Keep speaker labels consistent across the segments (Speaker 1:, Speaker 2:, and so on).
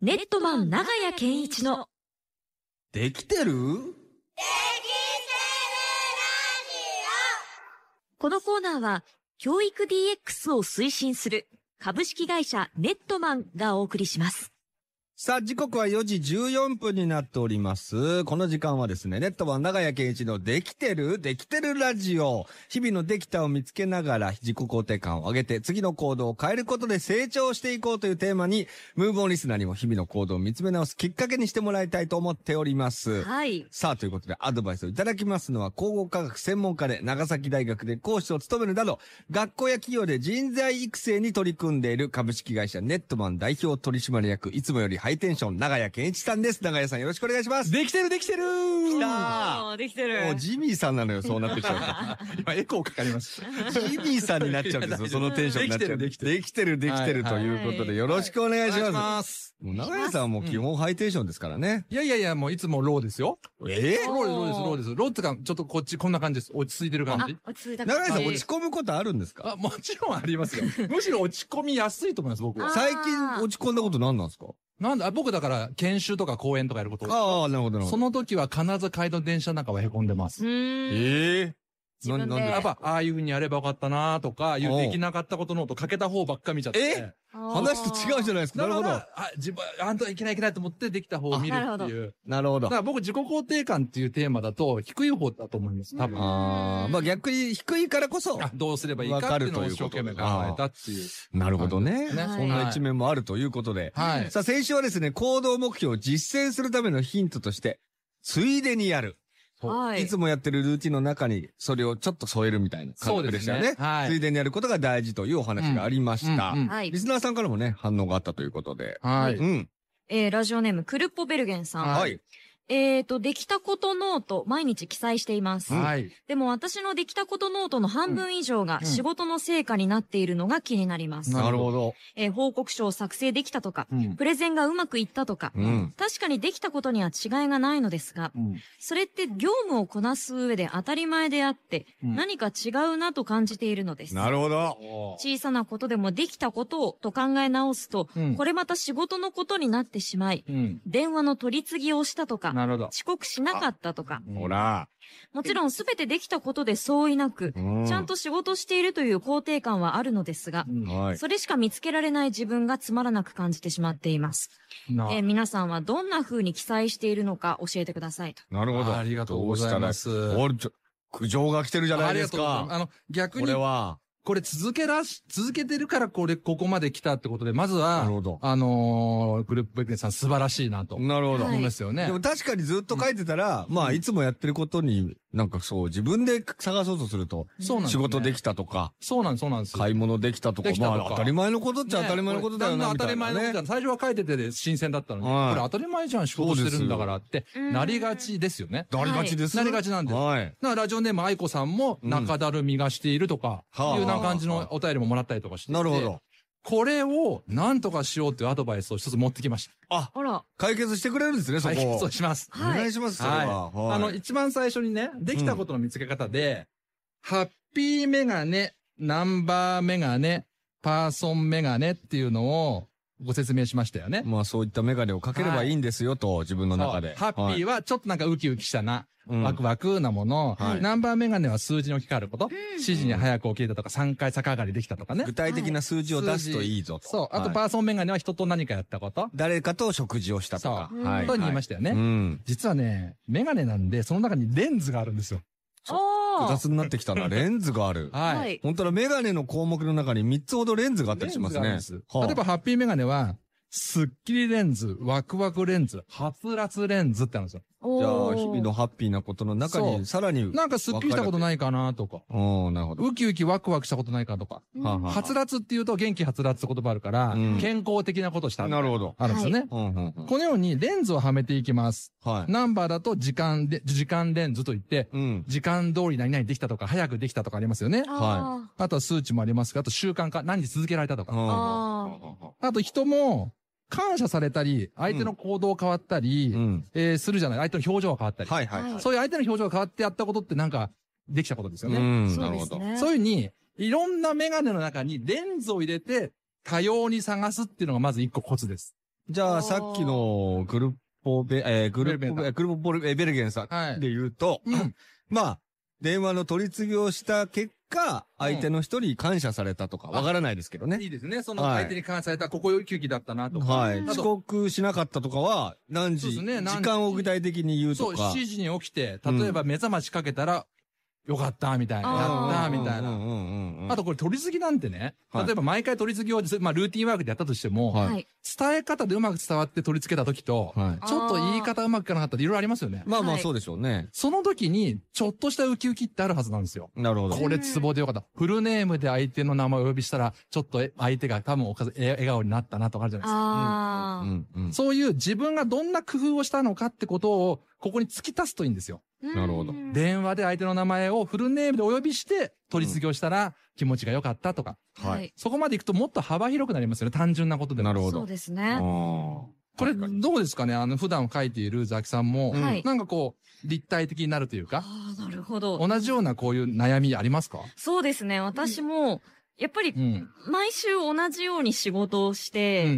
Speaker 1: ネットマン長屋健一の
Speaker 2: できてる
Speaker 1: このコーナーは教育 DX を推進する株式会社ネットマンがお送りします。
Speaker 2: さあ、時刻は4時14分になっております。この時間はですね、ネット版長屋健一のできてるできてるラジオ。日々のできたを見つけながら自己肯定感を上げて次の行動を変えることで成長していこうというテーマに、ムーブオンリスナーにも日々の行動を見つめ直すきっかけにしてもらいたいと思っております。
Speaker 1: はい。
Speaker 2: さあ、ということで、アドバイスをいただきますのは、統合科学専門家で、長崎大学で講師を務めるなど、学校や企業で人材育成に取り組んでいる株式会社ネットマン代表取締役、いつもよりハイテンション、長屋健一さんです。長屋さんよろしくお願いします。
Speaker 3: できてるできてる
Speaker 2: き
Speaker 3: き
Speaker 2: た
Speaker 1: あ、できて
Speaker 2: もうジミーさんなのよ、そうなってきちゃうと。 今、エコーかかります。ジミーさんになっちゃ うんですよ、そのテンションになっちゃう。
Speaker 3: できてる
Speaker 2: できてる、できてる
Speaker 3: はい
Speaker 2: と
Speaker 3: はい
Speaker 2: いうことで、よろしくお願いし
Speaker 3: お願いし
Speaker 2: ま
Speaker 3: ます。
Speaker 2: す。もう長屋さんはもう基本ハイテンションですからね。
Speaker 3: いやいやいや、もういつもローですよ。
Speaker 2: え
Speaker 3: ローです、ローです、ローです。ローってか、ちょっとこっち、こんな感じです。落ち着いてる感じ。
Speaker 1: 落ち着いた
Speaker 2: 長屋さん
Speaker 1: 感
Speaker 2: 落
Speaker 1: じ
Speaker 2: ち込むことあるんですか
Speaker 3: あ、もちろんありま すよ。むしろ落ち込みやすいと思います、僕は。
Speaker 1: あ
Speaker 2: 最近落ち込んだこと何なんですか
Speaker 3: なんだ、僕だから、研修とか講演とかやること。
Speaker 2: ああ、なるほど、なる
Speaker 3: そ
Speaker 2: ほど。
Speaker 3: の時は必ず帰りの電車なんかは凹んでます。
Speaker 1: うーん。
Speaker 2: ええ
Speaker 1: 自分で
Speaker 2: なん
Speaker 3: や
Speaker 2: な
Speaker 3: っ
Speaker 2: んで
Speaker 3: ぱ、ああいう風にやればよかったなとか、いう
Speaker 2: おう
Speaker 3: できなかったことの音かけた方ばっか見ちゃって。
Speaker 2: え話と違うじゃないですか。な
Speaker 3: だ
Speaker 2: る
Speaker 3: か
Speaker 2: ほど
Speaker 3: ら。あ、自分、あんたいけないいけないと思ってできた方を見る
Speaker 1: あな
Speaker 3: って
Speaker 1: る
Speaker 3: いう。
Speaker 2: なるほ
Speaker 3: だ
Speaker 2: ど
Speaker 3: か。ら僕自己肯定感っていうテーマだと低い方だと思います、多分。
Speaker 2: ああ、まあ逆に低いからこそ。
Speaker 3: あどうすればいいかっていうのを一生懸命考えたっていう。
Speaker 2: なるほどね。
Speaker 3: ね
Speaker 2: そんな一面もあるということで。
Speaker 3: はい。
Speaker 2: さあ先週はですね、行動目標を実践するためのヒントとして、ついでにやる。
Speaker 1: はい。
Speaker 2: いつもやってるルーティンの中に、それをちょっと添えるみたいな感覚でしたよ
Speaker 3: そう
Speaker 2: ね。
Speaker 3: ですねはい
Speaker 2: ついでにやることが大事というお話がありました
Speaker 3: うんう。ん
Speaker 1: はい
Speaker 2: リ。スナーさんからもね、反応があったということで。
Speaker 3: はい。
Speaker 2: うん。
Speaker 1: えー、ラジオネーム、クルッポベルゲンさん。
Speaker 3: はい
Speaker 2: はい。
Speaker 1: えーと、できたことノート、毎日記載しています。
Speaker 3: はい。
Speaker 1: でも私のできたことノートの半分以上が
Speaker 3: うん
Speaker 1: 仕事の成果になっているのが気になります。
Speaker 3: な
Speaker 2: なる
Speaker 3: るほ
Speaker 2: ほど。
Speaker 1: えー報告書を作成できたとか、
Speaker 3: うん。
Speaker 1: プレゼンがうまくいったとか、
Speaker 2: うん。
Speaker 1: 確かにできたことには違いがないのですが、それって業務をこなす上で当たり前であって、
Speaker 3: うん
Speaker 1: 何か違うなと感じているのです。
Speaker 2: なるほど。
Speaker 1: 小さなことでもできたことをと考え直すと、
Speaker 3: うん
Speaker 1: これまた仕事のことになってしまい、
Speaker 3: うん。
Speaker 1: 電話の取り次ぎをしたとか、
Speaker 3: なるほど。
Speaker 1: 遅刻しなかったとか、
Speaker 2: ほら。
Speaker 1: もちろんすべてできたことで相違なく、
Speaker 2: う
Speaker 1: ちゃん。と仕事しているという肯定感はあるのですが、
Speaker 2: はい。
Speaker 1: それしか見つけられない自分がつまらなく感じてしまっています。
Speaker 3: な
Speaker 1: えー皆さんはどんな風に記載しているのか教えてくださいと。
Speaker 2: なるほど。
Speaker 3: ありがとうございます
Speaker 2: どうしたら。おいちょ苦情が来てるじゃな
Speaker 3: あ
Speaker 2: い
Speaker 3: り
Speaker 2: で
Speaker 3: が
Speaker 2: す
Speaker 3: とうございます。
Speaker 2: か。
Speaker 3: あの、逆
Speaker 2: こ
Speaker 3: に
Speaker 2: れ、は。
Speaker 3: これ続けらし、続けてるからこれ、ここまで来たってことで、まず
Speaker 2: なる
Speaker 3: は、
Speaker 2: ほど。
Speaker 3: あのー、グループベッケンさん素晴らしいなと。
Speaker 2: なるほど。
Speaker 1: はい
Speaker 3: 思いますよね
Speaker 2: で。も確かにずっと書いてたら、まあいつもやってることに、なんかそう、自分で探そうとすると、
Speaker 3: そうなんです
Speaker 2: 仕
Speaker 3: ね
Speaker 2: 事できたとか、
Speaker 3: そうなんです、そうなんです。
Speaker 2: 買い物できたとか
Speaker 3: で、きたと
Speaker 2: ま
Speaker 3: か
Speaker 2: あ当たり前のことっちゃ当たり前のことだよ
Speaker 3: ね
Speaker 2: な、
Speaker 3: こ
Speaker 2: み
Speaker 3: れだんだ
Speaker 2: たい
Speaker 3: ん当た
Speaker 2: な
Speaker 3: り前のこ
Speaker 2: ね。
Speaker 3: とだ最初は書いてて新鮮だったのに、
Speaker 2: はい
Speaker 3: これ当たり前じゃん、仕事してるんだからって、なりがちですよね。
Speaker 2: なりがちです。
Speaker 3: なりがちなんです。
Speaker 2: はい。
Speaker 3: だからラジオネーム愛子さんも
Speaker 2: うん
Speaker 3: 中だるみがしているとか、
Speaker 2: はあ
Speaker 3: いうような感じのお便りももらったりとかしてて
Speaker 2: なるほ。ど。
Speaker 3: これを何とかしようというアドバイスを一つ持ってきました。
Speaker 2: あ、
Speaker 1: あら、
Speaker 2: 解決してくれるんですね、そこ
Speaker 3: 解
Speaker 2: を。
Speaker 3: 決をします。
Speaker 2: お
Speaker 1: はい
Speaker 2: 願いします、それは。はい
Speaker 3: あの、一番最初にね、できたことの見つけ方で、ハッピーメガネ、ナンバーメガネ、パーソンメガネっていうのをご説明しましたよ ね。
Speaker 2: まあそういったメガネをかければいいんですよ、と、自分の中で。
Speaker 3: そうハッピー
Speaker 2: ー
Speaker 3: はちょっとなんかウキウキしたな、
Speaker 2: うん
Speaker 3: ワクワクなもの、
Speaker 2: はい
Speaker 3: ナンバーメガネは数字に置き換わること、指示に早く起きれたとか、3回逆上がりできたとかね
Speaker 2: 具。体的な数字を出すといいぞと。
Speaker 3: そう。あと
Speaker 2: はい
Speaker 3: パーソンメガネは人と何かやったこと、
Speaker 2: 誰かと食事をしたとか。
Speaker 3: そ
Speaker 1: うん
Speaker 2: は。
Speaker 1: はい
Speaker 3: と言いま
Speaker 2: し
Speaker 3: したよね。
Speaker 2: うん。
Speaker 3: 実はね、メガネなんで、その中にレンズがあるんですよ。
Speaker 1: お
Speaker 2: 複
Speaker 1: ー
Speaker 2: 雑になってき たな。レンズがある。
Speaker 3: はい。
Speaker 1: はい。
Speaker 2: 本当だ、メガネの項目の中に3つほどレンズがあった
Speaker 3: レン
Speaker 2: りし
Speaker 3: ズ
Speaker 2: ます
Speaker 3: があるん
Speaker 2: ね
Speaker 3: です。
Speaker 2: はあ
Speaker 3: 例えば、ハッピーメガネは、スッキリレンズ、ワクワクレンズ、はつらつレンズってあるんですよ。
Speaker 1: お
Speaker 2: じゃあ、
Speaker 1: ー
Speaker 2: 日々のハッピーなことの中
Speaker 3: そ
Speaker 2: に、
Speaker 3: う
Speaker 2: さらに、
Speaker 3: なんかスッキリしたことないかなとか、
Speaker 2: おーなるほど。
Speaker 3: ウキウキワクワクしたことないかとか、
Speaker 1: うん
Speaker 2: はあはあ
Speaker 3: はつらつっていうと元気はつらつって言葉あるから
Speaker 2: うん、
Speaker 3: 健康的なことした。
Speaker 2: なるほど。
Speaker 3: あるんですよね。
Speaker 2: うんうんうん
Speaker 3: このようにレンズをはめていきます。
Speaker 2: はい。
Speaker 3: ナンバーだと時間で、時間レンズといって、
Speaker 2: うん。
Speaker 3: 時間通り何々できたとか、早くできたとかありますよね。
Speaker 1: あ
Speaker 3: あとは数値もありますが、あと習慣化、何日続けられたと
Speaker 2: うん
Speaker 3: か。
Speaker 1: あ
Speaker 3: あと人も、感謝されたり、相手の行動変わったり
Speaker 2: う、ん。
Speaker 3: えーするじゃない相手の表情が変わったり。
Speaker 2: はいはいは。
Speaker 1: はい
Speaker 3: そういう相手の表情が変わってやったことってなんか、できたことですよ
Speaker 2: う
Speaker 3: ね。
Speaker 1: ー
Speaker 2: ん、
Speaker 1: そ
Speaker 2: な
Speaker 1: う
Speaker 2: る
Speaker 1: で
Speaker 2: ほ
Speaker 1: す
Speaker 2: ど。
Speaker 1: ね。
Speaker 3: そういうふうに、いろんなメガネの中にレンズを入れて、多様に探すっていうのがまず一個コツです。
Speaker 2: じゃ
Speaker 3: あ
Speaker 2: あ、
Speaker 3: ー
Speaker 2: さっきのグルッポベ、えーグル
Speaker 3: ベル
Speaker 2: ッ
Speaker 3: ベ
Speaker 2: ポ
Speaker 3: ン
Speaker 2: ベ、グルッポベルゲンさん
Speaker 3: はい
Speaker 2: で言うと、
Speaker 3: うん。
Speaker 2: まあ、電話の取り次ぎをした結果、相手の人に感謝されたとか、
Speaker 3: うん
Speaker 2: わからないですけどね。
Speaker 3: いいですね。その
Speaker 2: はい
Speaker 3: 相手に関された、ここよ球技だったなとか。
Speaker 2: は
Speaker 1: う
Speaker 2: い。
Speaker 1: ん
Speaker 2: 遅刻しなかったとかは、何時、
Speaker 3: そうですね何
Speaker 2: 時
Speaker 3: 時
Speaker 2: 間を具体的に言うと
Speaker 3: そう、
Speaker 2: か。
Speaker 3: 7時に起きて、例えば目覚ましかけたら、よかった、みたいな。
Speaker 1: あー
Speaker 3: やった、みたい
Speaker 2: うん
Speaker 3: な。
Speaker 2: うんうんうんうん
Speaker 3: あとこれ取り次ぎなんてね、
Speaker 2: はい
Speaker 3: 例えば毎回取り次ぎを、まあルーティンワークでやったとしても、
Speaker 2: はい
Speaker 1: はい。
Speaker 3: 伝え方でうまく伝わって取り付けた時と、
Speaker 2: はい。
Speaker 3: ちょっと言い方うまくいかなかったりいろいろありますよね。
Speaker 2: まあまあ、
Speaker 1: はい
Speaker 2: そうでしょうね。
Speaker 3: その時に、ちょっとしたウキウキってあるはずなんですよ。
Speaker 2: なるほど。
Speaker 3: これ、ツボでよかった。フルネームで相手の名前をお呼びしたら、ちょっとえ相手が多分おかずえ笑顔になったなとかあるじゃないですか。
Speaker 1: あ
Speaker 2: う
Speaker 1: あ。
Speaker 2: んうん。
Speaker 3: そういう自分がどんな工夫をしたのかってことを、ここに突き足すといいんですよ。
Speaker 1: うん
Speaker 2: なるほど
Speaker 3: 電話で相手の名前をフルネームでお呼びして、取り次ぎをしたら気持ちが良かったとか。
Speaker 2: は
Speaker 1: はいい。
Speaker 3: そこまでいくともっと幅広くなりますよね。単純なことでも。
Speaker 2: なるほど
Speaker 1: そうです
Speaker 2: あ
Speaker 1: ね。
Speaker 2: ー
Speaker 3: これ、
Speaker 2: 確かに
Speaker 3: どうですかねあの、普段書いているザキさんも、
Speaker 1: はい
Speaker 3: なんかこう、立体的になるというか、
Speaker 1: ああ、なるほど。
Speaker 3: 同じようなこういう悩みありますか
Speaker 1: そうですね。私も、やっぱり
Speaker 3: う、ん。
Speaker 1: 毎週同じように仕事をし
Speaker 3: うんうん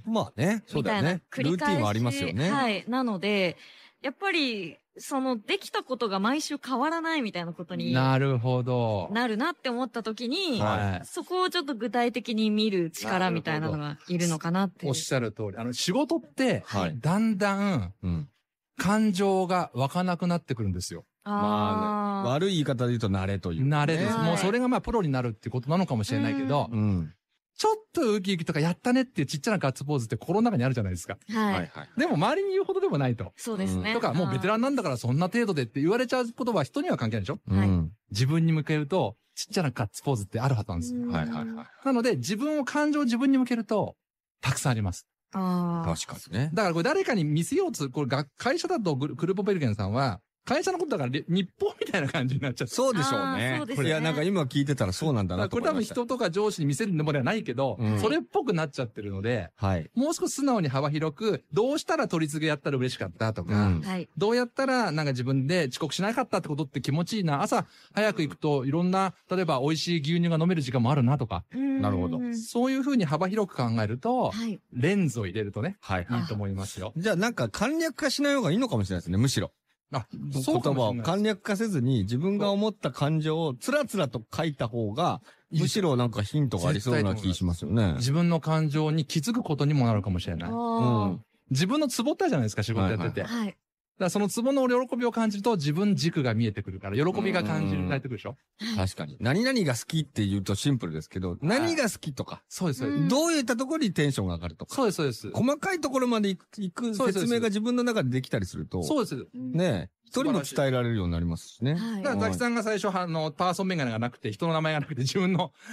Speaker 3: う
Speaker 1: て、
Speaker 3: ん。
Speaker 2: まあね、そう
Speaker 1: み
Speaker 2: だ
Speaker 1: た
Speaker 2: よ
Speaker 1: いな
Speaker 2: ね。
Speaker 1: 繰り
Speaker 2: ルーテ
Speaker 1: 返し。
Speaker 2: ィンはありますよね。
Speaker 1: はい。なので、やっぱり、その、できたことが毎週変わらないみたいなことにな
Speaker 3: なるほど。
Speaker 1: るなって思った時に、
Speaker 3: はい
Speaker 1: そこをちょっと具体的に見る力みたいなのがいるのかなってい
Speaker 3: お
Speaker 1: う
Speaker 3: っ。しゃる通り。あの、仕事って、
Speaker 2: はい。
Speaker 3: だんだん
Speaker 2: うん。
Speaker 3: 感情が湧かなくなってくるんですよ。
Speaker 1: あー、
Speaker 2: 悪い言い方で言うと慣れという。
Speaker 3: 慣れです。
Speaker 1: はい
Speaker 3: もうそれがまあプロになるってことなのかもしれないけど
Speaker 2: う、ん。
Speaker 3: ちょっとウキウキとかやったねっていうちっちゃなガッツポーズって心の中にあるじゃないですか。
Speaker 1: はい、
Speaker 2: はい。
Speaker 3: でも周りに言うほどでもないと。
Speaker 1: そうですね。
Speaker 3: とか、もうベテランなんだからそんな程度でって言われちゃうことは人には関係ないでしょ
Speaker 2: う
Speaker 1: はい
Speaker 2: ん。
Speaker 3: 自分に向けると、ちっちゃなガッツポーズってあるはずなんですよ。
Speaker 1: うん
Speaker 2: はいはいはい。
Speaker 3: なので、自分を、感情を自分に向けると、たくさんあります。
Speaker 1: あー
Speaker 2: 確かにね。
Speaker 3: だからこれ誰かに見せようと、これが会社だとグルクルポベルゲンさんは、会社のことだからり日本みたいな感じになっちゃって。
Speaker 2: そうでしょう
Speaker 1: あー
Speaker 2: ね
Speaker 1: そう。です
Speaker 2: こ
Speaker 1: ね
Speaker 2: れいや、なんか今聞いてたらそうなんだ
Speaker 3: だ
Speaker 2: な
Speaker 3: から
Speaker 2: と
Speaker 3: これ
Speaker 2: 思
Speaker 3: 多
Speaker 2: いま
Speaker 3: 分
Speaker 2: した。
Speaker 3: 人とか上司に見せるのではないけど、
Speaker 2: うん
Speaker 3: それっぽくなっちゃってるので、
Speaker 2: はい。
Speaker 3: もう少し素直に幅広く、どうしたら取り次ぎやったら嬉しかったとか、
Speaker 2: うん
Speaker 1: はい。
Speaker 3: どうやったらなんか自分で遅刻しなかったってことって気持ちいいな。朝早く行くといろんな、例えば美味しい牛乳が飲める時間もあるなとか、
Speaker 1: な
Speaker 2: るほど
Speaker 3: そういうふうに幅広く考えると、
Speaker 1: はい。
Speaker 3: レンズを入れるとね、
Speaker 2: はい
Speaker 3: い
Speaker 2: はい
Speaker 3: いと思いますよ。
Speaker 2: じゃあなんか簡略化しない方がいいのかもしれないですね、むしろ。
Speaker 3: あ、
Speaker 2: 言葉を
Speaker 3: い
Speaker 2: 簡略化せずに自分が思った感情をつらつらと書いた方が、むしろなんかヒントがありそうな気しますよね。
Speaker 3: 自分の感情に気づくことにもなるかもしれない。
Speaker 1: あ
Speaker 3: 自分のツボったじゃないですか、仕事やって
Speaker 1: ー
Speaker 3: て。だか
Speaker 1: はい。
Speaker 3: らそのツボの喜びを感じると、自分軸が見えてくるから、喜びが感じるようになってくるでしょ
Speaker 2: 確かに。何々が好きって言うとシンプルですけど、何が好きとか、
Speaker 3: そうです、そう
Speaker 1: う
Speaker 3: です。
Speaker 1: ん
Speaker 2: どういったところにテンションが上がるとか、
Speaker 3: そうです、そうです。
Speaker 2: 細かいところまで行く行く
Speaker 3: そうです
Speaker 2: 説明が自分の中でできたりすると、
Speaker 3: そうです。
Speaker 2: ねえ、一人も伝えられるようになりますしね。
Speaker 1: はい。
Speaker 3: だから、ザキさんが最初、あの、パーソンメガネがなくて、人の名前がなくて、自分の、
Speaker 1: そう
Speaker 2: 確かに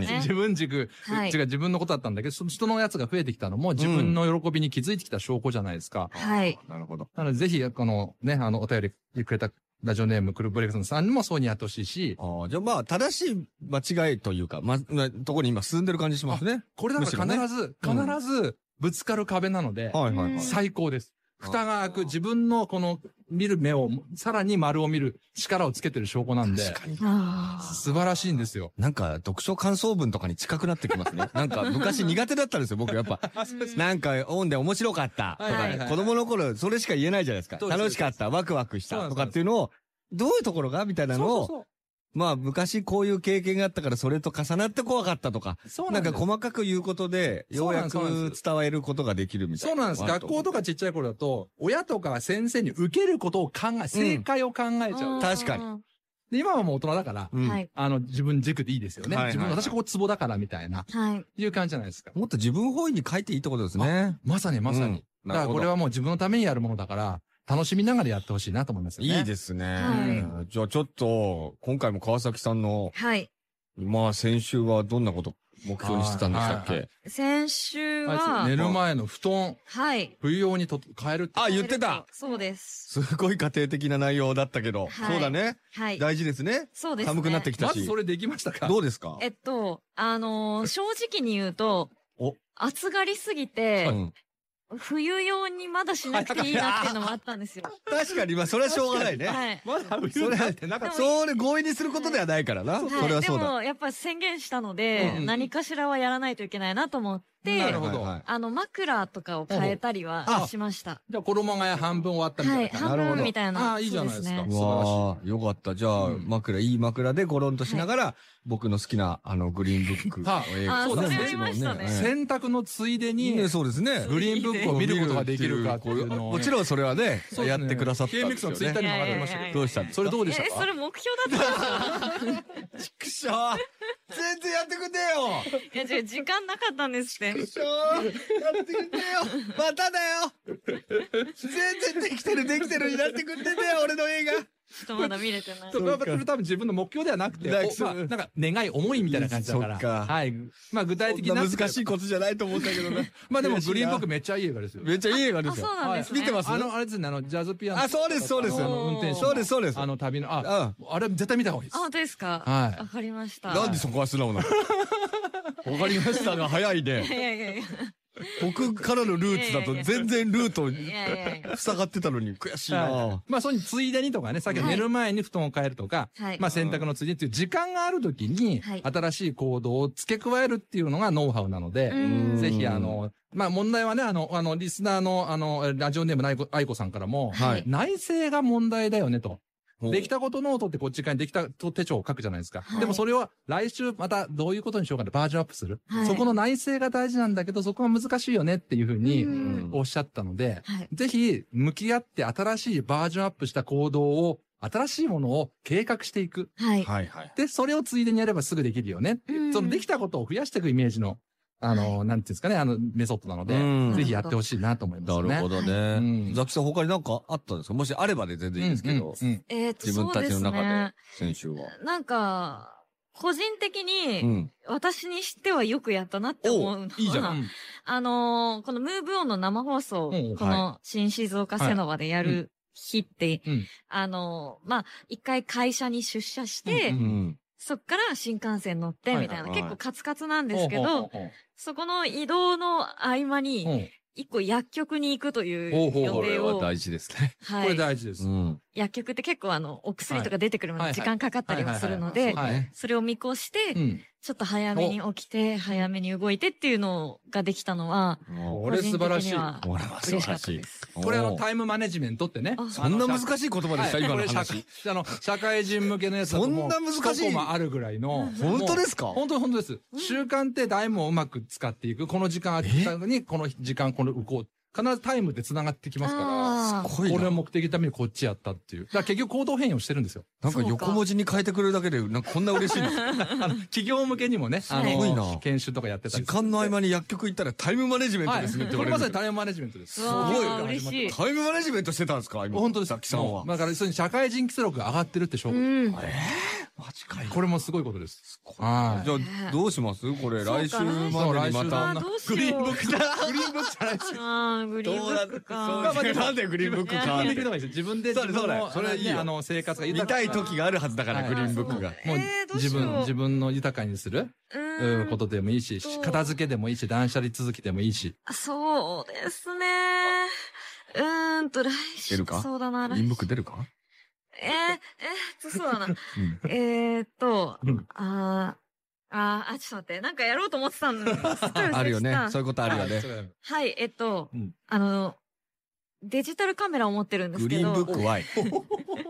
Speaker 1: ですね
Speaker 3: 自分軸、
Speaker 1: はい
Speaker 3: 違う、自分のことだったんだけど、その人のやつが増えてきたのも、自分の喜びに気づいてきた証拠じゃないですか。
Speaker 1: はい。
Speaker 2: なるほど。
Speaker 3: なので、ぜひ、この、ね、あの、お便りくれた、ラジオネーム、クルブレイクさんさんにもそうにやってほしいし、
Speaker 2: ああ、じゃあまあ、正しい間違いというか、ま、まとこに今進んでる感じしますね。
Speaker 3: これだから必ず、
Speaker 2: むしろね
Speaker 3: 必ずぶつかる壁なので、
Speaker 2: はいはいはい。
Speaker 3: 最高です。
Speaker 2: あ
Speaker 3: 蓋が開く、自分のこの見る目を、さらに丸を見る力をつけてる証拠なんで、
Speaker 2: 確かに。
Speaker 1: あ
Speaker 3: 素晴らしいんですよ。
Speaker 2: なんか、読書感想文とかに近くなってきます ね。なんか、昔苦手だったんですよ、僕やっぱ。
Speaker 3: あ
Speaker 1: そうですね
Speaker 2: なんか、オンで面白かったとかね、
Speaker 1: はいはいはい
Speaker 2: 子供の頃、それしか言えないじゃないですか。
Speaker 3: そうです
Speaker 2: 楽しかった、ワクワクし
Speaker 3: そうな
Speaker 2: たと
Speaker 3: んです
Speaker 2: かっていうのを、どういうところがみたいなのを、まあ、昔こういう経験があったから、それと重なって怖かったとか、
Speaker 3: そう
Speaker 2: なん
Speaker 3: で
Speaker 2: か
Speaker 3: す
Speaker 2: 細かく言うことで、ようや
Speaker 3: そうなん
Speaker 2: く
Speaker 3: です
Speaker 2: 伝えることができるみた
Speaker 3: そ
Speaker 2: いう
Speaker 3: な
Speaker 2: なんの
Speaker 3: です。
Speaker 2: がある
Speaker 3: 学
Speaker 2: と
Speaker 3: 校とかちっちゃい頃だと、親とか先生に受けることを考え、正解を考えちゃう。
Speaker 1: ー
Speaker 2: ん確かに
Speaker 1: あ
Speaker 3: で今はもう大人だから、
Speaker 2: うん
Speaker 1: ーはい。
Speaker 3: あの、自分軸でいいですよね。
Speaker 2: はいはい
Speaker 3: 自分、私ここツボだからみたいな、
Speaker 1: はい。
Speaker 3: いう感じじゃないですか。
Speaker 2: もっと自分本位に書いていいってことですね。
Speaker 3: まさにまさに。
Speaker 2: うん。
Speaker 3: だか
Speaker 2: な
Speaker 3: ら
Speaker 2: るほ
Speaker 3: これ
Speaker 2: ど。
Speaker 3: はもう自分のためにやるものだから、楽しみながらやってほしいなと思いますよね。
Speaker 2: いいですね。
Speaker 1: は
Speaker 2: じゃあちょっと、今回も川崎さんの、
Speaker 1: はい。
Speaker 2: まあ先週はどんなこと目標にしてたんでしたっ
Speaker 3: はい
Speaker 2: け
Speaker 1: 先週
Speaker 3: あいつ
Speaker 1: は
Speaker 3: 寝、る前の布団、
Speaker 1: はい。
Speaker 3: 冬用にと変えるって
Speaker 2: あ言ってた
Speaker 1: そうです。
Speaker 2: すごい家庭的な内容だったけど、
Speaker 1: はい
Speaker 2: そうだね。
Speaker 1: はい。
Speaker 2: 大事ですね。
Speaker 1: そうですね。
Speaker 2: 寒くなってきた
Speaker 3: まず
Speaker 2: し
Speaker 3: そ。れできましたか
Speaker 2: どうですか
Speaker 1: えっと、あのー正直に言うと
Speaker 2: お、
Speaker 1: 暑がりすぎ
Speaker 2: う
Speaker 1: て、
Speaker 2: ん
Speaker 1: 冬用にまだしなくていいなっていうのもあったんですよ。
Speaker 2: 確かに、まあ、それはしょうがないね。
Speaker 1: はい。
Speaker 3: まだ冬になってなかった。
Speaker 2: それ強引にすることではないからな。
Speaker 1: はい
Speaker 2: それはそう
Speaker 1: で
Speaker 2: だ。
Speaker 1: も、やっぱり宣言したので、
Speaker 3: うん
Speaker 1: 何かしらはやらないといけないなと思っって、
Speaker 3: なるほど
Speaker 2: はいはい
Speaker 1: あの、枕とかを変えたり
Speaker 3: あ
Speaker 1: はしました。
Speaker 3: じゃあ、衣替え半分終わったみた
Speaker 1: はいい、
Speaker 3: な感
Speaker 2: な
Speaker 1: 半
Speaker 2: るほど
Speaker 1: 分みたいな。
Speaker 3: あーいいじゃないですか
Speaker 1: そう
Speaker 2: う
Speaker 3: 素晴
Speaker 2: わあ、よかった。じゃあ、
Speaker 3: うん
Speaker 2: 枕、いい枕でゴロンとしながら、僕の好きな、あの、グリーンブック。
Speaker 3: は
Speaker 2: ええ
Speaker 1: あ
Speaker 3: ー
Speaker 2: そうです
Speaker 3: それ
Speaker 1: ありましたね
Speaker 2: え
Speaker 3: じ。
Speaker 2: え
Speaker 3: 洗濯のついでに、
Speaker 2: ね、そうですね。
Speaker 3: グリーンブックを見ることができるかって
Speaker 2: こう
Speaker 3: い
Speaker 2: いうう
Speaker 3: のを
Speaker 2: もちろんそれはね、
Speaker 3: そうで
Speaker 2: や
Speaker 3: す
Speaker 2: っ
Speaker 3: ね
Speaker 2: てくださったん
Speaker 3: KMX のツイッターにも上がってましたけ
Speaker 1: いやいやいやいや
Speaker 3: ど。
Speaker 2: どうしたんですか
Speaker 3: それどうで
Speaker 1: え
Speaker 3: した
Speaker 1: ー、そ
Speaker 3: か
Speaker 1: れ目標だったんですか
Speaker 2: くしょ う全然やってくんねえ よ
Speaker 1: いや、違う、時間なかったんですって。
Speaker 2: くしょうやってくんねえよまただよ全然できてるできてるになってくんねえんだよ俺の映画
Speaker 1: ちょっとまだ見れてない
Speaker 3: そ。れはそれ多分自分の目標ではなくて、
Speaker 2: だ
Speaker 3: おまあ、なんか願い、思いみたいな感じだから。
Speaker 2: そっか
Speaker 3: はい。まあ具体的
Speaker 2: こ
Speaker 3: なん
Speaker 2: な難しいことじゃないと思ったけどね。
Speaker 3: まあでもグリーンブックめっちゃいい映画ですよ。
Speaker 2: めっちゃいい映画で
Speaker 1: あ、
Speaker 2: す
Speaker 1: そ
Speaker 2: よ
Speaker 1: う。なんですね。
Speaker 2: 見てます
Speaker 3: あの、あれですね、あの、ジャズピアノ。
Speaker 2: あそうですそうです
Speaker 3: あの運転手の。
Speaker 2: そうですそうです
Speaker 3: あの、旅の、あ、
Speaker 2: うん。
Speaker 3: あれ絶対見た方がいいで
Speaker 1: あ、
Speaker 3: す。
Speaker 1: 本当ですか
Speaker 3: はい
Speaker 1: わかりました。
Speaker 2: なんでそこは素 直なのわかりましたが早い
Speaker 1: いや
Speaker 2: ね。
Speaker 1: いやいやいや。
Speaker 2: 僕からのルーツだと全然ルート
Speaker 1: いやいやいや。
Speaker 2: 塞がってたのに悔しい
Speaker 3: は、
Speaker 2: ない
Speaker 3: まあ、そういうついでにとかね、さっきの寝る前に布団を変えるとか、
Speaker 1: はい。
Speaker 3: まあ、洗濯のついでっていう時間があるときに
Speaker 1: はい、
Speaker 3: 新しい行動を付け加えるっていうのがノウハウなので、
Speaker 1: うん
Speaker 3: ぜひ、あの、まあ、問題はね、あの、あの、リスナーの、あの、ラジオネームの愛子愛子さんからも、
Speaker 1: はい
Speaker 2: はい。
Speaker 3: 内政が問題だよねと。
Speaker 2: ほう
Speaker 3: できたことノートってこっち側にできたと手帳を書くじゃないですか。
Speaker 1: はい
Speaker 3: でもそれは来週またどういうことにしようかでバージョンアップする。
Speaker 1: はい
Speaker 3: そこの内政が大事なんだけど、そこは難しいよねっていうふう
Speaker 1: う
Speaker 3: に
Speaker 1: ん
Speaker 3: おっしゃったので、
Speaker 1: はい。
Speaker 3: ぜひ向き合って新しいバージョンアップした行動を、新しいものを計画していく。
Speaker 1: はい。
Speaker 2: はいはい。
Speaker 3: で、それをついでにやればすぐできるよねっていう
Speaker 1: うん
Speaker 3: そのできたことを増やしていくイメージの、あの、なんていうんですかね、あの、メソッドなので、
Speaker 2: うん
Speaker 3: ぜひやってほしいなと思います
Speaker 2: な
Speaker 3: ね。
Speaker 2: るほどね
Speaker 3: う。ん
Speaker 2: ザキさん他になんかあったんですかもしあればで全然いいですけど、
Speaker 3: うんうんうん
Speaker 1: えっと、
Speaker 2: 自分
Speaker 1: そう
Speaker 2: た
Speaker 1: で
Speaker 2: ちの
Speaker 1: す
Speaker 2: 中で
Speaker 1: ね。
Speaker 2: 先週は。
Speaker 1: なんか、個人的
Speaker 2: う
Speaker 1: に、
Speaker 2: ん。
Speaker 1: 私にしてはよくやったなって思う
Speaker 2: お
Speaker 1: の
Speaker 2: う
Speaker 1: は、
Speaker 2: いいじゃん。
Speaker 1: あのーこのムーブオンの生放送、
Speaker 3: うん
Speaker 1: こ
Speaker 2: は
Speaker 1: の新静岡セノバでや
Speaker 3: はいう
Speaker 1: る日って、
Speaker 3: うん
Speaker 1: あのーまあ、一回会社に出社して、
Speaker 3: うんうん
Speaker 2: うん。
Speaker 1: そっから新幹線乗って、
Speaker 3: はい
Speaker 1: みたいな、
Speaker 2: はいはい
Speaker 1: 結構カツカツなんですけど、
Speaker 3: ほうほうほうほう
Speaker 1: そこの移動の合間に、
Speaker 3: うん
Speaker 1: 一個薬局に行くとい
Speaker 3: ほう
Speaker 1: う
Speaker 3: ほう
Speaker 1: 予
Speaker 2: これ
Speaker 1: 定
Speaker 2: は
Speaker 1: を、
Speaker 2: 大事ですね。
Speaker 1: は
Speaker 3: これ
Speaker 1: い。
Speaker 3: 大事です。
Speaker 2: ん。
Speaker 1: 薬局って結構あの、お薬とか出てくるま
Speaker 3: は
Speaker 1: で
Speaker 3: い
Speaker 1: 時間かかったりもするの
Speaker 3: はい
Speaker 1: で
Speaker 3: は、いはいはい
Speaker 1: それを見越して、
Speaker 3: うん。
Speaker 1: ちょっと早めに起きて、早めに動いてっていうのができたのは、
Speaker 3: これ素晴ら
Speaker 1: 個人
Speaker 3: しい
Speaker 1: 的には
Speaker 2: 俺は素
Speaker 1: 嬉し
Speaker 2: 晴
Speaker 1: か
Speaker 2: ら
Speaker 1: った
Speaker 2: しい
Speaker 1: で。す。
Speaker 3: これあの
Speaker 2: おー
Speaker 3: タイムマネジメントってね。
Speaker 1: あ
Speaker 2: そんな難
Speaker 3: い
Speaker 2: しい言葉でした、今の話。
Speaker 3: あの、社会人向けのやつだともう
Speaker 2: そんな難しい
Speaker 3: 過去もあるぐらいの。
Speaker 2: 本当ですすか
Speaker 3: 本当本当です。習慣って台もうまく使っていく。この時間あったのに、この時間、この、こう、必ずタイムって繋がってきますか
Speaker 1: あー
Speaker 2: すご
Speaker 3: ら。
Speaker 2: い
Speaker 3: 俺
Speaker 2: な。
Speaker 3: は目的のためにこっちやったっていう。だから結局行動変容してるんですよ。
Speaker 2: なんか横文字に変えてくれるだけで、なんかこんな 嬉しいの。
Speaker 3: あの、企業向けにもね、あ
Speaker 1: す
Speaker 2: ごいな
Speaker 3: の、研修とかやってた
Speaker 2: 時
Speaker 3: りする
Speaker 2: 間の合間に薬局行ったらタイムマネジメント
Speaker 3: は
Speaker 2: ですねっ
Speaker 3: い。
Speaker 2: て言
Speaker 3: こ
Speaker 2: わ
Speaker 3: れ
Speaker 2: れる
Speaker 3: まさにタイムマネジメントです。
Speaker 1: うわー
Speaker 3: すごいよ
Speaker 1: 嬉しい
Speaker 2: タイムマネジメントしてたんですか今。
Speaker 3: 本当です。
Speaker 2: さっきさんは。
Speaker 3: だから、そういう社会人規制力が上がってるって証
Speaker 1: う
Speaker 3: 拠。
Speaker 1: ん。
Speaker 2: マジかよ。
Speaker 3: これもすごいことです。はい
Speaker 2: じゃあ、どうしますこれ、
Speaker 1: そうか
Speaker 2: 来週までにま
Speaker 1: あー
Speaker 2: た。
Speaker 1: どうしよう。
Speaker 2: グリーンブックだ。グリーンブックじゃないです
Speaker 1: ああ、グリーンブックか。
Speaker 2: そうなんでグリーンブック
Speaker 1: い
Speaker 2: か
Speaker 1: やいや
Speaker 2: 見
Speaker 3: 自分で
Speaker 2: それ
Speaker 3: 自分の
Speaker 2: それそれいいよ
Speaker 3: あのねあの生活が豊
Speaker 2: た
Speaker 3: か
Speaker 2: い時があるはずだから、
Speaker 3: はい
Speaker 2: グリーンブックが。
Speaker 1: え
Speaker 3: もう
Speaker 1: ーどうし
Speaker 3: 自
Speaker 1: よう
Speaker 3: 分自分の豊かにする
Speaker 1: う
Speaker 3: うん
Speaker 1: ん
Speaker 3: ことでもいいし
Speaker 1: そう
Speaker 3: 片付けでもいいし断捨離続きでもいいし
Speaker 1: そうですね。うーんと、来週。
Speaker 2: 出るか
Speaker 1: そうだな、
Speaker 2: グ
Speaker 1: 来
Speaker 2: リーン
Speaker 1: 週
Speaker 2: ブック出るか
Speaker 1: えー、えーっと、そうだな。
Speaker 2: うん
Speaker 1: えーっと
Speaker 3: うん、
Speaker 1: あー。あーあ、ちょっと待って。なんかやろうと思ってたんだけど。すっかり忘れてた
Speaker 2: あるよね。そういうことあるよね。
Speaker 3: ね
Speaker 1: はい、えっと、
Speaker 3: うん
Speaker 1: あの、デジタルカメラを持ってるんで
Speaker 2: グ
Speaker 1: す
Speaker 2: リ
Speaker 1: け
Speaker 2: ー
Speaker 1: ど、
Speaker 2: ンブック Y。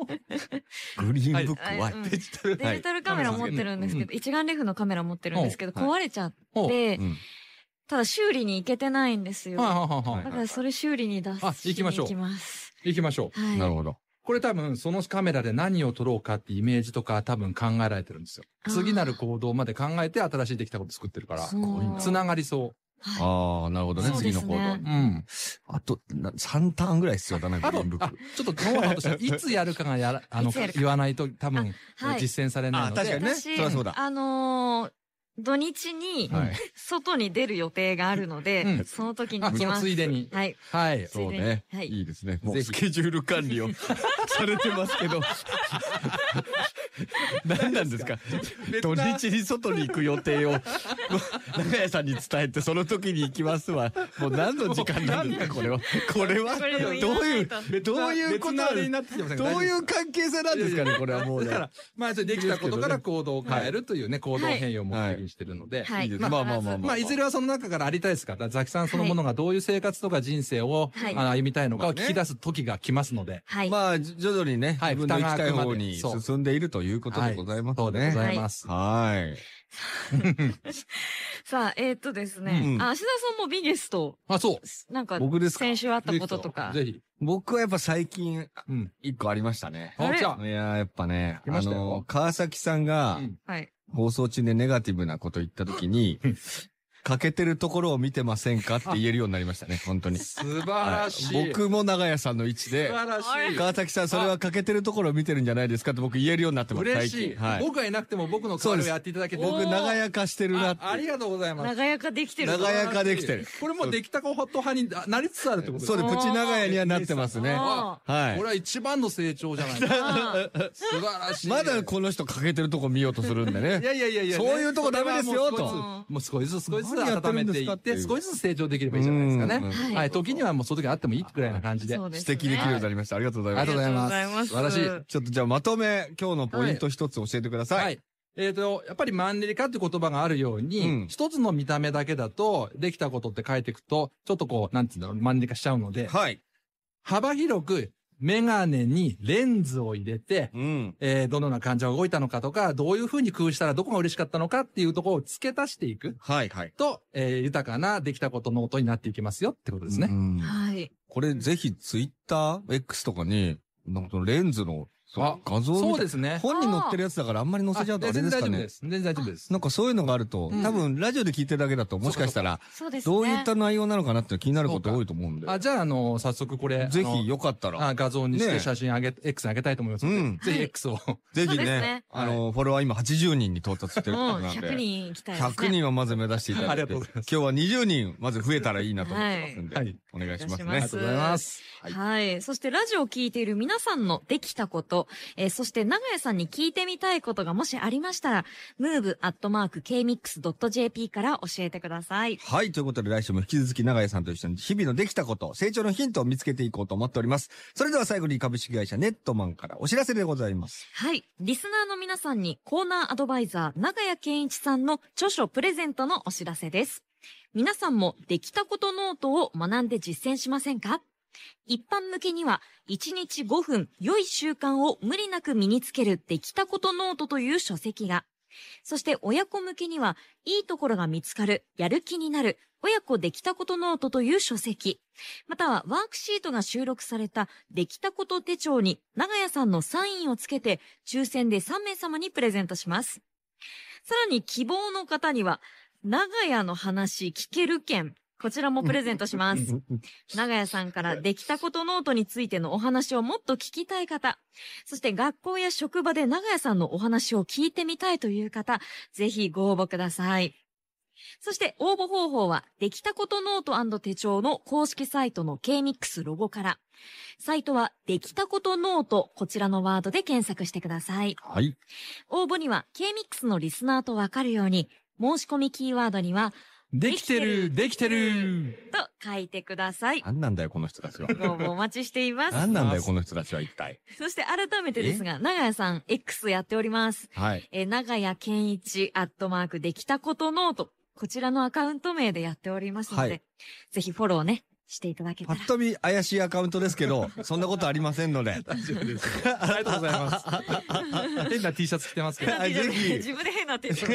Speaker 2: グリーンブック
Speaker 1: は
Speaker 2: Y
Speaker 1: いうん。
Speaker 2: デジタル
Speaker 1: デジタルカメラを持ってるんですけど、一眼レフのカメラを持ってるんですけど、
Speaker 2: うん
Speaker 1: 壊れちゃっ
Speaker 3: ほうはい
Speaker 1: て、
Speaker 2: うん
Speaker 1: ただ修理に行けてないんですよ。
Speaker 3: はいはい
Speaker 1: だ
Speaker 3: は
Speaker 1: からそれ修理に出す。
Speaker 3: あ行きましょう
Speaker 1: 行きます。
Speaker 3: い行きましょう
Speaker 1: はい。
Speaker 2: なるほど。
Speaker 3: これ多分そのカメラで何を撮ろうかってイメージとか多分考えられてるんですよ
Speaker 1: あー
Speaker 3: 次なる行動まで考えて新しいできたこと作ってるから
Speaker 1: そう
Speaker 2: こういう
Speaker 3: つながりそ
Speaker 1: は
Speaker 2: ああ、なるほどね。
Speaker 1: そうで
Speaker 2: 次
Speaker 1: す
Speaker 2: の
Speaker 1: ね
Speaker 2: 行動
Speaker 3: う
Speaker 2: に。
Speaker 3: うん
Speaker 2: あと、な3ターンぐらい必要だな、グ
Speaker 3: あ
Speaker 2: リ
Speaker 3: と
Speaker 2: ーンブッ
Speaker 3: あ
Speaker 2: ク。
Speaker 3: ちょっとノウハウとして いつやるかがやらあの
Speaker 1: いつやるか
Speaker 3: 言わないと多分
Speaker 1: い。はい。
Speaker 3: 実践されないので
Speaker 2: あ確かにね
Speaker 1: 私
Speaker 2: そりゃそうだ
Speaker 1: あのー土日に
Speaker 3: はい
Speaker 1: 外に出る予定があるので、
Speaker 3: うん
Speaker 1: その時に
Speaker 3: あ
Speaker 1: 行き
Speaker 3: その
Speaker 1: ます
Speaker 3: つ。いでに
Speaker 1: はい。
Speaker 3: はい
Speaker 2: そうね。
Speaker 1: はい
Speaker 2: いいですね。もう
Speaker 3: ぜひ
Speaker 2: スケジュール管理を されてますけど。 何なんですか土日に外に行く予定を、もう 長屋さんに伝えて、その時に行きますわ。もう何の時間なんですか、これは。これは、
Speaker 1: これ
Speaker 2: どう
Speaker 1: を言わないいうと、
Speaker 2: どういうことな
Speaker 3: 別なあれに
Speaker 2: ん
Speaker 3: なってきてません
Speaker 2: どういう関係性なんですかね、これはもう
Speaker 3: 大丈夫
Speaker 2: ね
Speaker 3: だか。ら、まあ、それできたことから行動を変えるというね、行動変容を目的ににしてるので、
Speaker 1: はい
Speaker 2: いです
Speaker 1: まあ
Speaker 2: まあまあまあ
Speaker 1: ま
Speaker 3: まあ、いずれはその中からありたいですから、ザキさんそのものがどういう生活とか人生を、
Speaker 1: はい
Speaker 3: あの歩みたいのかを聞き出す時が来ますので、
Speaker 1: はい。
Speaker 2: まあ、じ徐々にね、
Speaker 3: はい
Speaker 2: 自分の行きたい方に
Speaker 3: 負担があくまでそう
Speaker 2: 進んでいるということでございますね。
Speaker 3: そうでございます。
Speaker 2: はい。
Speaker 1: さあ、えーっとですね。
Speaker 2: うん
Speaker 1: あ、芦田さんもビゲスト、
Speaker 3: あ、そう。
Speaker 1: なんか、
Speaker 2: 僕ですか
Speaker 1: 先週あったこととか。
Speaker 3: ぜひ。
Speaker 2: 僕はやっぱ最近、
Speaker 3: うん。
Speaker 2: 一個ありましたね。
Speaker 1: あ
Speaker 3: あ、
Speaker 1: れ
Speaker 3: じゃ
Speaker 2: いやー、やっぱね、
Speaker 3: 来ま
Speaker 2: あ
Speaker 3: したよ
Speaker 2: の、川崎さんが
Speaker 3: うん
Speaker 1: はい。
Speaker 2: 放送中でネガティブなこと言った時 に
Speaker 3: うん、
Speaker 2: 欠けてるところを見てませんかって言えるようになりましたね、本当に。
Speaker 3: 素晴らし。
Speaker 2: はいい僕も長屋さんの位置で
Speaker 3: 素、晴らし
Speaker 1: あれ
Speaker 3: い。
Speaker 2: 川崎さん、それは欠けてるところを見てるんじゃないですかって僕言えるようになってます、
Speaker 3: 嬉
Speaker 2: 最
Speaker 3: しい。
Speaker 2: 近。はい。
Speaker 3: 僕がいなくても僕の代わりをやっていただけて、
Speaker 1: そうです
Speaker 2: 僕、長屋化してるなって
Speaker 3: あありがとうございます。
Speaker 1: 長やかできてる
Speaker 2: 長屋化できてる。
Speaker 3: これもうできた子ホット派にあなりつつあるってことです
Speaker 2: そうで、
Speaker 3: ね
Speaker 1: あー
Speaker 2: プチ長屋にはなってますね。は
Speaker 1: あ
Speaker 3: こ
Speaker 2: い。
Speaker 3: れは一番の成長じゃないですか。
Speaker 1: ああ
Speaker 3: 素晴らしい。
Speaker 2: まだこの人欠けてるとこ見ようとするんで
Speaker 3: い
Speaker 2: ね。
Speaker 3: やいやいやい や、
Speaker 2: そういうとこダメですよと
Speaker 3: それはもう少しずつ、もう少しずつ少し
Speaker 2: 何やっ
Speaker 3: ずつ
Speaker 2: て
Speaker 3: 温
Speaker 2: る
Speaker 3: め
Speaker 2: んです
Speaker 3: てい
Speaker 2: か
Speaker 3: っ
Speaker 2: ってい
Speaker 3: て、
Speaker 2: う
Speaker 3: 少しずつ成長できればいいじゃないですかね。
Speaker 1: うん
Speaker 3: はい、時にはもうその時あってもいいくらいな感じで。
Speaker 1: そ
Speaker 3: あ
Speaker 1: うですね。
Speaker 2: 指摘できるようになりました。ありがとうござい
Speaker 3: り
Speaker 2: ます
Speaker 3: がとう。ございます。
Speaker 1: ありがとうござい
Speaker 3: 素晴
Speaker 1: ま
Speaker 3: ら
Speaker 1: す
Speaker 3: しい。
Speaker 2: ちょっとじゃあまとめ、今日のポイント一つ教えてくださ。
Speaker 3: はいい。えっ、と、やっぱりマンネリ化って言葉があるように、
Speaker 2: うん
Speaker 3: 一つの見た目だけだと、できたことって書いていくと、ちょっとこう、なんていうんだろう、マンネリ化しちゃうので、
Speaker 2: はい。
Speaker 3: 幅広く、メガネにレンズを入れて、
Speaker 2: うん。
Speaker 3: えーどのような感情が動いたのかとか、どういうふうに工夫したらどこが嬉しかったのかっていうところを付け足していく
Speaker 2: はい、はい。
Speaker 3: と、えー豊かなできたことの音になっていきますよってことですね。
Speaker 2: うん
Speaker 1: はい。
Speaker 2: これぜひツイッター X とかに、なんかそのレンズのそう
Speaker 3: あ
Speaker 2: 画像みたい
Speaker 3: そうですね。
Speaker 2: 本に載ってるやつだからあんまり載せちゃうとあれです
Speaker 3: 全然大
Speaker 2: か
Speaker 3: 丈夫
Speaker 2: ね
Speaker 3: で。す。全然大丈夫です。
Speaker 2: なんかそういうのがあると、
Speaker 1: うん
Speaker 2: 多分ラジオで聞いてるだけだともしかしたら、
Speaker 1: そうですね。
Speaker 2: どういった内容なのかなって気になること多いと思うんで。
Speaker 3: あ、じゃあ、あの、早速これ、
Speaker 2: ぜ
Speaker 3: あの
Speaker 2: ひよかったら、
Speaker 3: あ画像にし
Speaker 2: ねえ
Speaker 3: て写真あげ、X にあげたいと思いますので、
Speaker 2: うん
Speaker 3: ぜ
Speaker 1: は
Speaker 3: ひ
Speaker 1: い
Speaker 3: X を。
Speaker 2: ぜひ
Speaker 1: そうです
Speaker 2: ね
Speaker 1: ね、
Speaker 2: あの、フォロワー今80人に到達してるとこ
Speaker 1: も
Speaker 2: ろ
Speaker 1: う
Speaker 2: なんで。
Speaker 1: 100人行きたいですね。
Speaker 2: 100人はまず目指していただいて。
Speaker 3: ありがとうござい ます
Speaker 2: 今日は20人、まず増えたらいいなと思ってますんで。
Speaker 3: はいはい
Speaker 2: お願いします
Speaker 1: お願い
Speaker 2: ね
Speaker 1: し。
Speaker 3: ありがとうございます。
Speaker 2: はい
Speaker 1: はい。そしてラジオを聞いている皆さんのできたこと、えーそして長屋さんに聞いてみたいことがもしありましたら、move.kmix.jp から教えてください。
Speaker 2: はい。ということで、来週も引き続き長屋さんと一緒に日々のできたこと、成長のヒントを見つけていこうと思っております。それでは最後に株式会社ネットマンからお知らせでございます。
Speaker 1: はい。リスナーの皆さんにコーナーアドバイザー、長屋健一さんの著書プレゼントのお知らせです。皆さんもできたことノートを学んで実践しませんか一般向けには、1日5分、良い習慣を無理なく身につけるできたことノートという書籍が。そして親子向けには、いいところが見つかる、やる気になる、親子できたことノートという書籍。またはワークシートが収録されたできたこと手帳に長屋さんのサインをつけて抽選で3名様にプレゼントします。さらに希望の方には長屋の話聞ける券、こちらもプレゼントします。長屋さんからできたことノートについてのお話をもっと聞きたい方、そして学校や職場で長屋さんのお話を聞いてみたいという方、ぜひご応募ください。そして応募方法は、できたことノート手帳の公式サイトの KMIX ロゴから。サイトは、できたことノート、こちらのワードで検索してください。
Speaker 2: はい。
Speaker 1: 応募には、KMIX のリスナーとわかるように、申し込みキーワードには、
Speaker 3: できてる、できてる。
Speaker 1: と書いてください。
Speaker 2: 何なんだよ、この人たちは。
Speaker 1: ご応募お待ちしています。
Speaker 2: 何なんだよ、この人たちは一体。
Speaker 1: そして改めてですが、長屋さん X やっております。
Speaker 2: はい。
Speaker 1: えー、長屋健一アットマークできたことノート。こちらのアカウント名でやっておりますので、
Speaker 2: はい
Speaker 1: ぜひフォローね、していただけた
Speaker 2: ぱ
Speaker 1: ら
Speaker 2: っ。と見怪しいアカウントですけど、そんなことありませんので。
Speaker 3: 大丈夫です。ありがとうございます。 変な T シャツ着てますけ ど。
Speaker 2: あぜ ひ
Speaker 1: 自分で変 な手帳。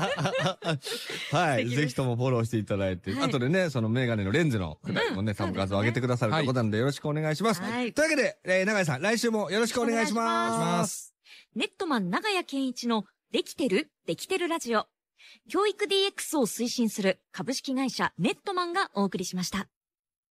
Speaker 1: 素
Speaker 2: はい。
Speaker 1: 敵です
Speaker 2: ぜひともフォローしていただいて、
Speaker 1: はい
Speaker 2: 後でね、そのメガネのレンズのくだりもね、多分画像上げてくださるということなんで、よろしくお願いします。
Speaker 1: はい
Speaker 2: というわけで、えー、長井さん、来週もよろしくお願いします。
Speaker 1: お願いしまネットマン長屋健一のできてるできてるラジオ。教育 DX を推進する株式会社ネットマンがお送りしました。